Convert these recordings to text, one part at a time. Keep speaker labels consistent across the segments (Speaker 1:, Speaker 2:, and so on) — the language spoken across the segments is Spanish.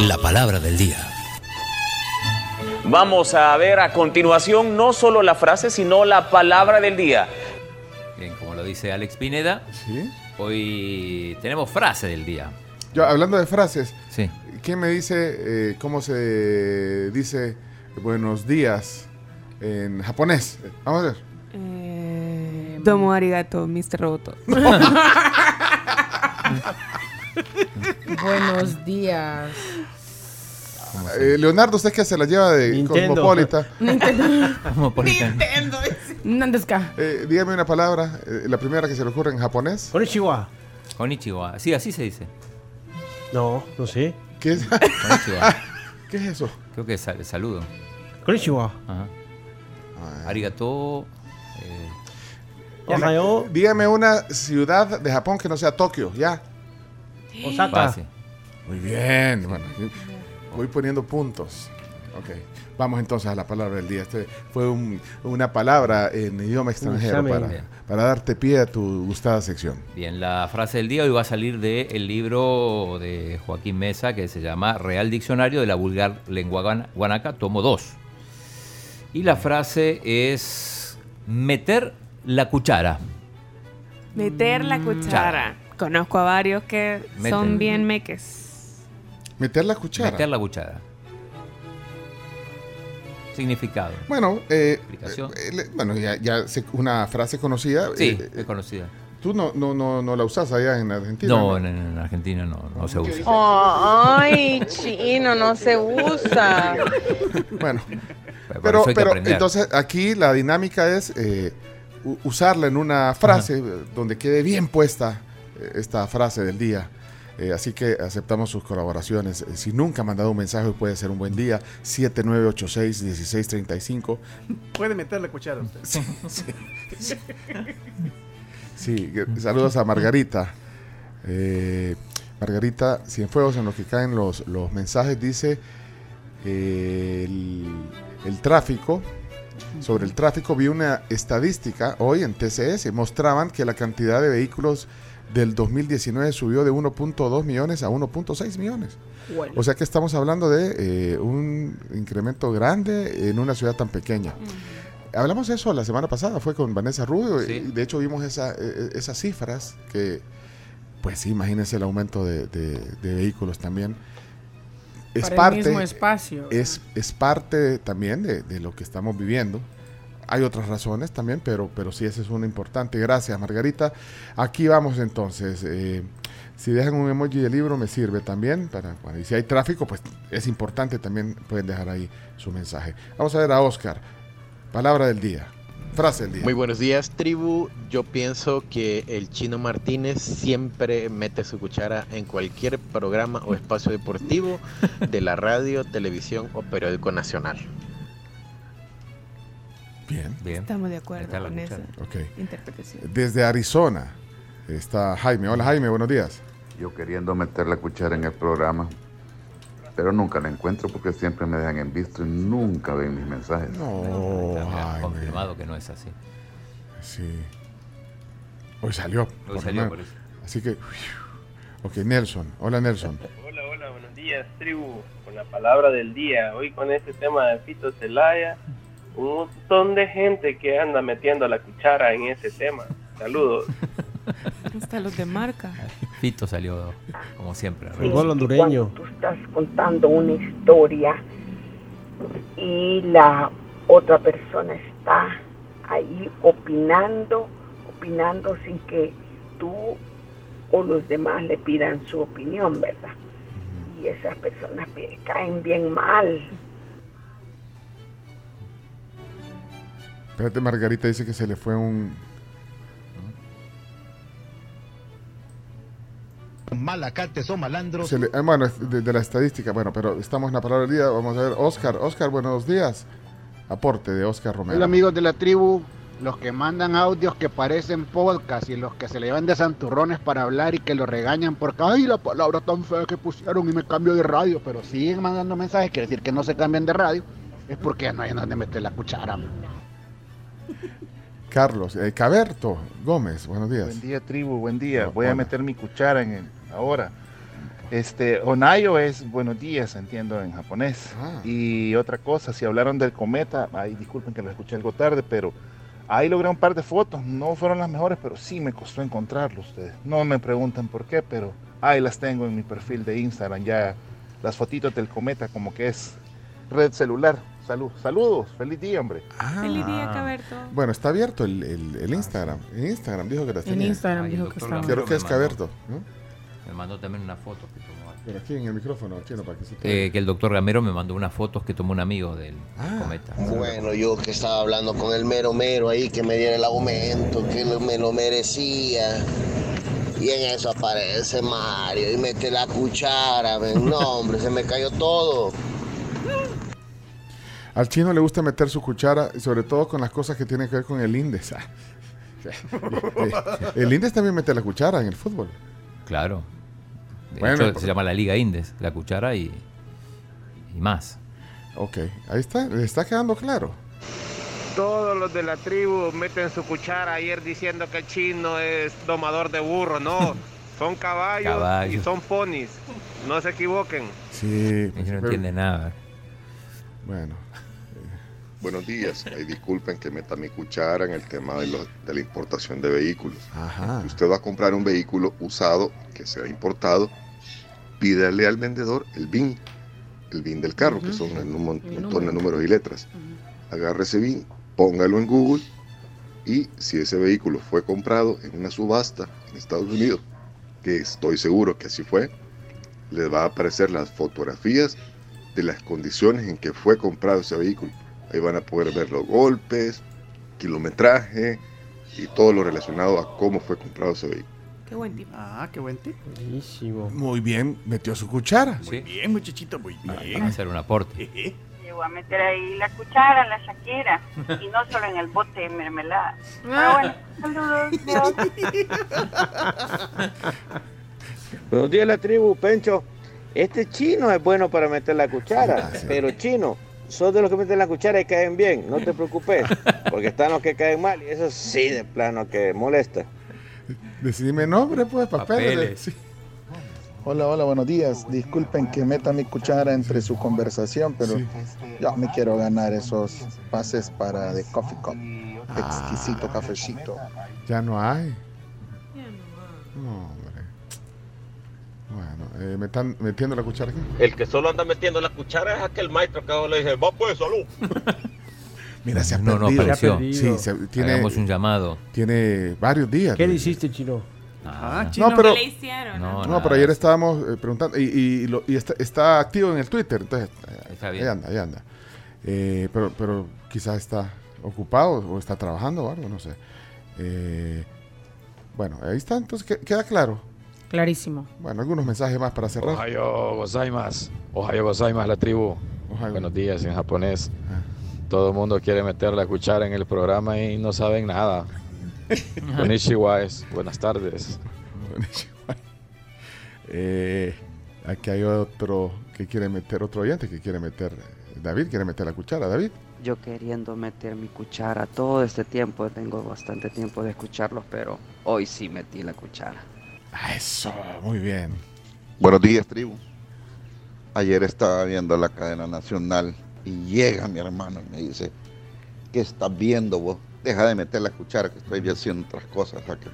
Speaker 1: La palabra del día.
Speaker 2: Vamos a ver a continuación no solo la frase, sino la palabra del día.
Speaker 3: Bien, como lo dice Alex Pineda,
Speaker 4: ¿Sí?
Speaker 3: hoy tenemos frase del día.
Speaker 4: Yo, hablando de frases,
Speaker 3: Sí.
Speaker 4: ¿quién me dice eh, cómo se dice buenos días en japonés? Vamos a ver.
Speaker 5: Eh, Domo arigato, Mr. Roboto.
Speaker 6: Buenos días.
Speaker 4: Eh, Leonardo, usted que se la lleva de
Speaker 7: Nintendo.
Speaker 4: cosmopolita.
Speaker 6: Nintendo. Nandesuka.
Speaker 4: Eh, dígame una palabra, eh, la primera que se le ocurre en japonés.
Speaker 7: Konnichiwa.
Speaker 3: Konichiwa. Sí, así se dice.
Speaker 7: No, no sé.
Speaker 4: ¿Qué es,
Speaker 3: Konichiwa.
Speaker 4: ¿qué es eso?
Speaker 3: Creo que es sal- saludo.
Speaker 7: Konnichiwa.
Speaker 3: Ajá. Arigato. eh,
Speaker 7: Ohayo.
Speaker 4: Dígame una ciudad de Japón que no sea Tokio, ya.
Speaker 7: Osaka.
Speaker 3: pase.
Speaker 4: Muy bien, bueno, voy poniendo puntos. Ok, vamos entonces a la palabra del día. Este fue un- una palabra en idioma extranjero
Speaker 7: examen.
Speaker 4: para, para darte pie a tu gustada sección.
Speaker 3: Bien, la frase del día hoy va a salir del libro de Joaquín Mesa que se llama Real Diccionario de la Vulgar Lengua Guana- Guanaca, tomo 2. Y la frase es meter la cuchara.
Speaker 5: Meter la cuchara. Mm, Conozco a varios que
Speaker 3: Meten.
Speaker 5: son bien meques.
Speaker 4: Meter la cuchara.
Speaker 3: Meter la cuchara. Significado.
Speaker 4: Bueno, eh,
Speaker 3: Explicación.
Speaker 4: eh, le- bueno, ya, ya sé una frase conocida.
Speaker 3: Sí,
Speaker 4: eh,
Speaker 3: es conocida.
Speaker 4: tú no, no, no, no la usas allá en Argentina.
Speaker 3: No, en, en Argentina no, no se usa.
Speaker 4: Oh,
Speaker 6: ay, chino, no se usa.
Speaker 4: Bueno,
Speaker 3: Por eso
Speaker 4: pero,
Speaker 3: hay que
Speaker 4: pero
Speaker 3: aprender.
Speaker 4: entonces aquí la dinámica es eh, u- usarla en una frase eh, donde quede bien puesta eh, esta frase del día. Eh, así que aceptamos sus colaboraciones. Eh, Si nunca ha mandado un mensaje, hoy puede ser un buen día. 7986-1635.
Speaker 8: Puede meter la cuchara usted.
Speaker 4: Sí, que- saludos a Margarita. Eh, Margarita Cienfuegos, en lo que caen los, los mensajes, dice eh, el, el tráfico. Sobre el tráfico vi una estadística hoy en TCS, mostraban que la cantidad de vehículos del 2019 subió de 1.2 millones a 1.6 millones. O sea que estamos hablando de eh, un incremento grande en una ciudad tan pequeña. Hablamos de eso la semana pasada, fue con Vanessa Rubio.
Speaker 3: Sí.
Speaker 4: y De hecho, vimos esa- eh, esas cifras que, pues sí, imagínense el aumento de, de- de vehículos también. Es
Speaker 6: Para
Speaker 4: parte,
Speaker 6: el mismo espacio.
Speaker 4: es, es parte también de, de lo que estamos viviendo. Hay otras razones también, pero, pero sí, esa es una importante. Gracias, Margarita. Aquí vamos entonces. eh, si dejan un emoji de libro, me sirve también. Para, bueno, y si hay tráfico, pues es importante también pueden dejar ahí su mensaje. Vamos a ver a Oscar. Palabra del día. Frase del día.
Speaker 9: Muy buenos días, tribu. Yo pienso que el chino Martínez siempre mete su cuchara en cualquier programa o espacio deportivo de la radio, televisión o periódico nacional.
Speaker 4: Bien.
Speaker 3: Bien.
Speaker 5: Estamos de
Speaker 3: Meter
Speaker 5: acuerdo
Speaker 3: la
Speaker 5: con esa
Speaker 3: cuchara.
Speaker 4: Ok.
Speaker 5: interpretación.
Speaker 4: Desde Arizona está Jaime. Hola, Jaime. Buenos días.
Speaker 10: Yo queriendo meter la cuchara en el programa, pero nunca la encuentro porque siempre me dejan en visto y nunca ven mis mensajes.
Speaker 4: No,
Speaker 3: Está
Speaker 4: Jaime.
Speaker 3: confirmado que no es así.
Speaker 4: Sí. Hoy salió. por lo
Speaker 3: salió,
Speaker 4: menos.
Speaker 3: por eso.
Speaker 4: Así que. Ok, Nelson. Hola, Nelson.
Speaker 8: Hola, hola, buenos días, tribu. Con la palabra del día, hoy con este tema de Fito Celaya, un montón de gente que anda metiendo la cuchara en ese tema. Saludos.
Speaker 5: Hasta los de marca.
Speaker 3: Fito salió como siempre.
Speaker 7: Fútbol hondureño.
Speaker 11: Tú estás contando una historia y la otra persona está ahí opinando, opinando sin que tú o los demás le pidan su opinión, ¿verdad? Y esas personas pe- caen bien mal.
Speaker 4: Espérate, Margarita dice que se le fue un.
Speaker 9: Malacates o malandros.
Speaker 4: se le- ah, bueno, es de, de la estadística. Bueno, pero estamos en la palabra del día. Vamos a ver. Oscar. Oscar, buenos días. Aporte de Oscar Romero.
Speaker 9: de la tribu, los que mandan audios que parecen podcast y los que se le van de santurrones para hablar y que lo regañan porque, ay, la palabra tan fea que pusieron y me cambio de radio, pero siguen mandando mensajes, quiere decir que no se cambian de radio, es porque ya no hay en dónde meter la cuchara.
Speaker 4: Carlos. eh, Caberto Gómez. Buenos días.
Speaker 10: día, tribu, buen día.
Speaker 4: Voy a meter
Speaker 10: mi cuchara en el, ahora.
Speaker 1: Este, onayo es buenos días, entiendo, en japonés.
Speaker 4: Ah,
Speaker 1: Y otra cosa, si hablaron del cometa, ay, disculpen que lo escuché algo tarde, pero ahí logré un par de fotos. No fueron las mejores, pero sí me costó encontrarlos ustedes. No me preguntan por qué, pero ahí las tengo en mi perfil de Instagram, ya las fotitos del cometa, como que es red celular. Salud, saludos, feliz día, hombre.
Speaker 3: Ah.
Speaker 5: Feliz día, Caberto.
Speaker 4: Bueno, está abierto el, el- el Instagram.
Speaker 1: Ah,
Speaker 4: En Instagram dijo que las
Speaker 5: En
Speaker 4: tenía.
Speaker 5: Instagram Ahí el dijo que
Speaker 3: doctor estaba.
Speaker 4: Creo que es Caberto. ¿no?
Speaker 3: Me mandó también una foto que tomó.
Speaker 4: Pero aquí en el micrófono, chino, para que se
Speaker 3: Eh, que el doctor Gamero me mandó unas fotos que tomó un amigo del
Speaker 4: Ah,
Speaker 3: cometa.
Speaker 12: Ah, Bueno, yo que estaba hablando con el mero mero ahí, que me diera el aumento, que lo- me lo merecía. Y en eso aparece Mario y mete la cuchara. men. No, hombre, se me cayó todo.
Speaker 4: Al chino le gusta meter su cuchara, y sobre todo con las cosas que tienen que ver con el índice. Ah. Eh, el índice también mete la cuchara en el fútbol.
Speaker 3: Claro. De
Speaker 4: Bueno,
Speaker 3: hecho,
Speaker 4: por-
Speaker 3: se llama la Liga Indes, la cuchara y, y más.
Speaker 4: Ok, ahí está, le está quedando claro.
Speaker 13: Todos los de la tribu meten su cuchara ayer diciendo que el chino es domador de burro, no. Son caballos
Speaker 3: Caballo.
Speaker 13: y son ponis. No se equivoquen.
Speaker 4: Sí. pues,
Speaker 3: no
Speaker 4: pero-
Speaker 3: entiende nada.
Speaker 4: Bueno.
Speaker 14: Buenos días. Ay, disculpen que meta mi cuchara en el tema de, los- de la importación de vehículos. Si usted va a comprar un vehículo usado que sea importado, pídale al vendedor el BIN, el BIN del carro, que son un mon- montón
Speaker 15: El número.
Speaker 14: de números y letras. Agarre ese BIN, póngalo en Google y si ese vehículo fue comprado en una subasta en Estados Unidos, que estoy seguro que así fue, le va a aparecer las fotografías de las condiciones en que fue comprado ese vehículo. Ahí van a poder ver los golpes, kilometraje y todo lo relacionado a cómo fue comprado ese vehículo.
Speaker 5: Qué buen tipo.
Speaker 16: Ah, qué buen tipo.
Speaker 4: Buenísimo. Muy bien, metió su cuchara. Ah,
Speaker 16: Muy bien, muchachito, muy bien.
Speaker 3: Va a hacer un aporte.
Speaker 17: Llegó a meter ahí la cuchara, la Shakira, y no solo en el bote de mermelada.
Speaker 5: Ah.
Speaker 17: Pero bueno, saludos.
Speaker 18: Buenos días, la tribu, Pencho. Este chino es bueno para meter la cuchara,
Speaker 14: Ah,
Speaker 18: pero chino, sos de los que meten la cuchara y caen bien, no te preocupes, porque están los que caen mal, y eso sí, de plano que molesta.
Speaker 4: Decidime nombre, pues, papeles.
Speaker 18: Papeles.
Speaker 4: Sí.
Speaker 19: Hola, hola, buenos días. Disculpen que meta mi cuchara entre su conversación, pero yo me quiero ganar esos pases para The Coffee Cup.
Speaker 20: Ah.
Speaker 19: Exquisito cafecito.
Speaker 4: Ya no hay. No, hombre. Bueno, eh, me están metiendo la cuchara aquí.
Speaker 21: El que solo anda metiendo la cuchara es aquel maestro que ahora le dice, va pues, salud.
Speaker 4: Mira, se ha
Speaker 3: No, no,
Speaker 4: perdido.
Speaker 3: apareció.
Speaker 4: Sí, se- tiene,
Speaker 3: Hagamos un llamado.
Speaker 4: tiene varios días.
Speaker 7: ¿Qué
Speaker 4: de-
Speaker 7: le hiciste, chino?
Speaker 3: Ah,
Speaker 4: chino. pero-
Speaker 5: ¿Qué le hicieron?
Speaker 3: No,
Speaker 4: No,
Speaker 3: nada. este.
Speaker 4: pero ayer estábamos eh, preguntando y, y lo- y está, está activo en el Twitter, entonces eh,
Speaker 3: Está bien.
Speaker 4: ahí anda, ahí anda. Eh, pero, pero quizás está ocupado o está trabajando o algo, no sé. Eh, bueno, ahí está, entonces que- queda claro.
Speaker 6: Clarísimo.
Speaker 4: Bueno, algunos mensajes más para cerrar.
Speaker 20: Ohayo gozaimasu. Ohayo gozaimasu, la tribu. Buenos días en japonés.
Speaker 8: Ah.
Speaker 20: Todo el mundo quiere meter la cuchara en el programa y no saben nada. Konnichiwa es. Buenas tardes.
Speaker 4: Eh, aquí hay otro que quiere meter, otro oyente que quiere meter, David quiere meter la cuchara, David.
Speaker 22: Yo queriendo meter mi cuchara todo este tiempo, tengo bastante tiempo de escucharlos, pero hoy sí metí la cuchara.
Speaker 4: Ah, Eso, muy bien.
Speaker 10: Buenos días, tribu. Ayer estaba viendo la cadena nacional y llega mi hermano y me dice, ¿qué estás viendo vos? Deja de meter la cuchara que estoy haciendo otras cosas. Raquel".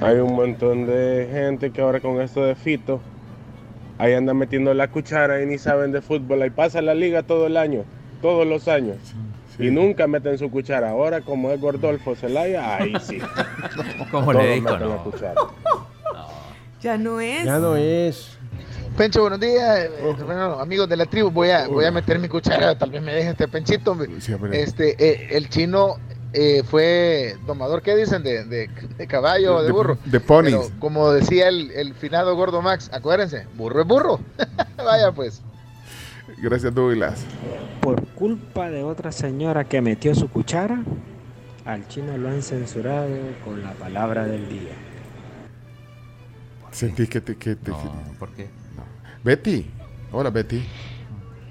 Speaker 8: Hay un montón de gente que ahora con esto de Fito, ahí andan metiendo la cuchara y ni saben de fútbol. Ahí pasa la liga todo el año, todos los años. Y nunca meten su cuchara. Ahora, como es Gordolfo Celaya, ahí sí.
Speaker 3: ¿Cómo
Speaker 8: Todos
Speaker 3: le dijo?
Speaker 8: meten la
Speaker 3: No.
Speaker 8: cuchara.
Speaker 5: Ya no es.
Speaker 7: Ya no es.
Speaker 19: Pencho, buenos días. eh, bueno, amigos de la tribu, voy a, voy a meter mi cuchara. Tal vez me deje este penchito. hombre.
Speaker 4: hombre.
Speaker 19: Este, eh, el chino eh, fue domador, ¿qué dicen? De, de- de caballo o de burro.
Speaker 4: De ponis.
Speaker 19: Pero como decía el, el finado gordo Max, acuérdense, burro es burro. Vaya pues.
Speaker 4: Gracias, Douglas.
Speaker 23: Por culpa de otra señora que metió su cuchara, al chino lo han censurado con la palabra del día.
Speaker 4: Sentí que te... Que te no,
Speaker 3: ¿por qué?
Speaker 4: Betty. Hola, Betty.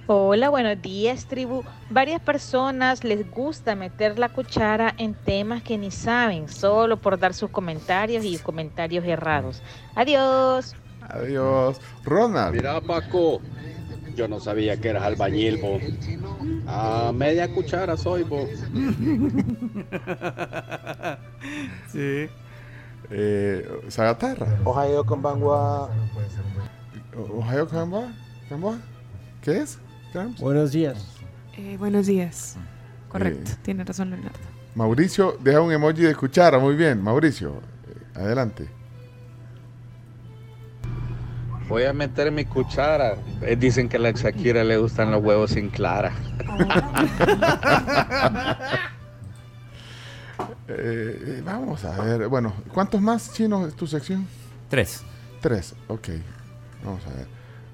Speaker 24: Hola, buenos días, tribu. Varias personas les gusta meter la cuchara en temas que ni saben, solo por dar sus comentarios y comentarios errados. Adiós.
Speaker 4: Adiós. Ronald.
Speaker 2: Mira, Paco, yo no sabía que eras albañil, vos. A media cuchara soy, vos.
Speaker 4: Sí. Eh, Zagatarra.
Speaker 9: Ohio con Bangua.
Speaker 4: Ohio Kamba. Kamba. ¿Qué es? Camps.
Speaker 7: Buenos días.
Speaker 5: Eh, buenos días.
Speaker 4: Mm.
Speaker 5: Correcto,
Speaker 4: Eh,
Speaker 5: tiene razón Leonardo.
Speaker 4: Mauricio, deja un emoji de cuchara. Muy bien, Mauricio. Eh, Adelante.
Speaker 2: Voy a meter mi cuchara. Eh, Dicen que a la Shakira le gustan los huevos sin clara.
Speaker 4: Eh, eh, vamos a ver. Bueno, ¿cuántos más chinos es tu sección?
Speaker 3: Tres.
Speaker 4: Tres, ok. Vamos a ver.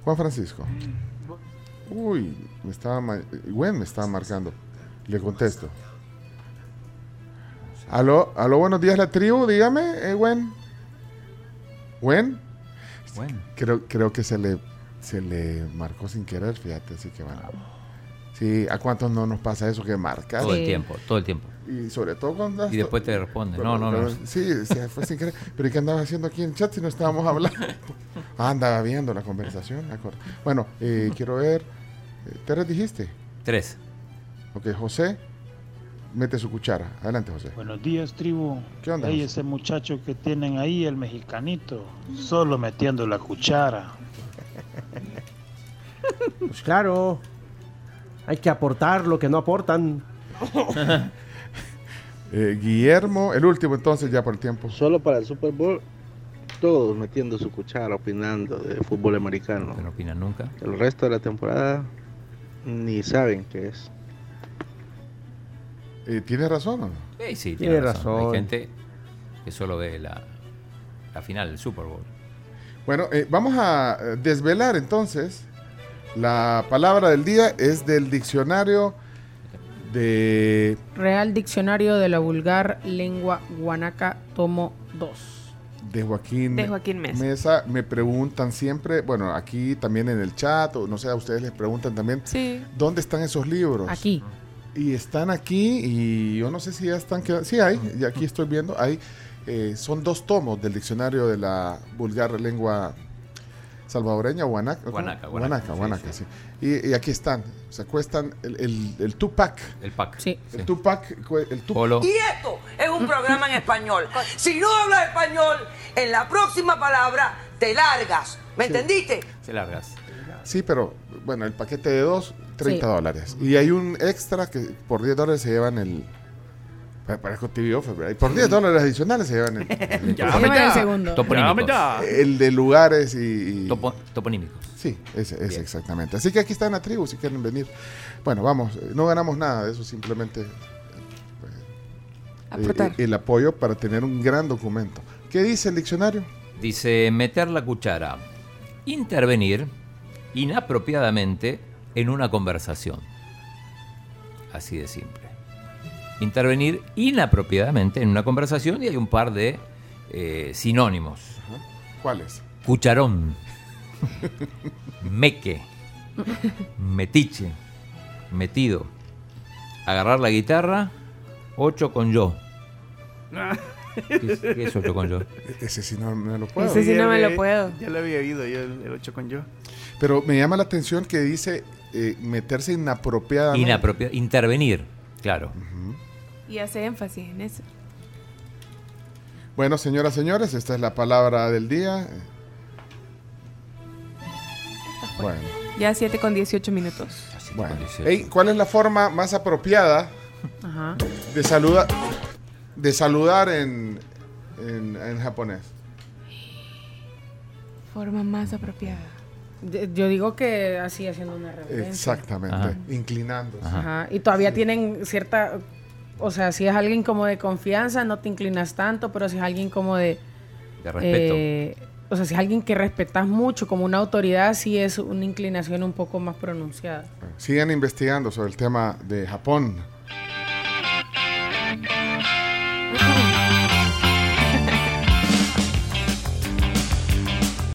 Speaker 4: Juan Francisco. Uy, me estaba. ma- Gwen me estaba marcando. Le contesto. Aló, aló, buenos días, la tribu. Dígame, eh, Gwen. ¿Gwen?
Speaker 3: Gwen.
Speaker 4: Creo, creo que se le, se le marcó sin querer, fíjate, así que bueno. Sí, ¿a cuántos no nos pasa eso que marca?
Speaker 3: Todo el tiempo, todo el tiempo.
Speaker 4: Y sobre todo cuando...
Speaker 3: Y después te responde. No, no, no.
Speaker 4: Sí, sí, fue sin querer. Pero ¿y qué andaba haciendo aquí en el chat si no estábamos hablando? Ah, andaba viendo la conversación. me acuerdo. Bueno, eh, quiero ver... eh, ¿Teres dijiste?
Speaker 3: Tres.
Speaker 4: Ok, José, mete su cuchara. Adelante, José.
Speaker 11: Buenos días, tribu.
Speaker 4: ¿Qué onda,
Speaker 11: Ey,
Speaker 4: José?
Speaker 11: ese muchacho que tienen ahí, el mexicanito, solo metiendo la cuchara.
Speaker 7: Pues claro. Hay que aportar lo que no aportan.
Speaker 4: Eh, Guillermo, el último entonces ya por el tiempo.
Speaker 2: Solo para el Super Bowl, todos metiendo su cuchara, opinando de fútbol americano.
Speaker 3: No opinan nunca.
Speaker 2: El resto de la temporada ni saben qué es.
Speaker 4: Eh, ¿Tienes razón o no?
Speaker 3: Sí, sí, tiene razón. Hay gente que solo ve la, la final del Super Bowl.
Speaker 4: Bueno, eh, vamos a eh, desvelar entonces. La palabra del día es del diccionario de...
Speaker 6: Real Diccionario de la Vulgar Lengua Guanaca, tomo 2.
Speaker 4: de Joaquín,
Speaker 6: De Joaquín Mesa.
Speaker 4: me preguntan siempre, bueno, aquí también en el chat, o no sé, a ustedes les preguntan también, ¿dónde están esos libros?
Speaker 6: Aquí.
Speaker 4: Y están aquí y yo no sé si ya están quedando, sí hay, y aquí estoy viendo, hay, eh, son dos tomos del diccionario de la vulgar lengua salvadoreña, guanaca. ¿cómo?
Speaker 3: Guanaca, guanaca,
Speaker 4: guanaca,
Speaker 3: sí,
Speaker 4: guanaca, sí. Y, y aquí están, se acuestan el, el, el Tupac.
Speaker 3: El pack.
Speaker 6: Sí.
Speaker 4: El Tupac, cue- el Tupac.
Speaker 15: Y esto es un programa en español. Si no hablas español, en la próxima palabra te largas. ¿Me
Speaker 4: Sí.
Speaker 15: entendiste?
Speaker 3: Se largas.
Speaker 4: Sí, pero bueno, el paquete de dos,
Speaker 15: Sí.
Speaker 4: 30 dólares. Y hay un extra que por 10 dólares se llevan el. pa- Parezco TV Offer, ¿verdad? Y por 10 dólares adicionales se llevan el. el-
Speaker 6: Llame ya. El segundo.
Speaker 3: Toponímicos. Llame ya.
Speaker 4: El de lugares y. y-
Speaker 3: Topo- toponímicos.
Speaker 4: Sí, ese, ese exactamente. Así que aquí están la tribu si quieren venir. Bueno, vamos, eh, no ganamos nada de eso, simplemente. eh, pues, eh, el apoyo para tener un gran documento. ¿Qué dice el diccionario?
Speaker 3: Dice meter la cuchara. Intervenir inapropiadamente en una conversación. Así de simple. Intervenir inapropiadamente en una conversación y hay un par de eh, sinónimos.
Speaker 4: ¿Cuál es?
Speaker 3: Cucharón. Meque. Metiche. Metido. Agarrar la guitarra. Ocho con yo. ¿Qué es- qué es ocho con yo?
Speaker 4: E-, Ese sí no me lo puedo.
Speaker 5: Ese sí no me lo puedo.
Speaker 16: Ya lo había oído yo, el 8 con yo.
Speaker 4: Pero me llama la atención que dice eh, meterse inapropiadamente.
Speaker 3: Inapropia- intervenir, claro.
Speaker 5: Y hace énfasis en eso.
Speaker 4: Bueno, señoras, señores, esta es la palabra del día. Bueno,
Speaker 5: Ya 7 con 18 minutos.
Speaker 4: bueno. Ey, ¿Cuál es la forma más apropiada
Speaker 5: Ajá.
Speaker 4: de, saluda- de saludar en, en- en japonés?
Speaker 5: Forma más apropiada.
Speaker 6: De- Yo digo que así haciendo una reverencia.
Speaker 4: Exactamente, inclinándose.
Speaker 6: Ajá. Y todavía tienen cierta. O sea, si es alguien como de confianza, no te inclinas tanto, pero si es alguien como de.
Speaker 3: De respeto.
Speaker 6: eh, o sea, si es alguien que respetas mucho, como una autoridad, sí es una inclinación un poco más pronunciada.
Speaker 4: Sigan investigando sobre el tema de Japón.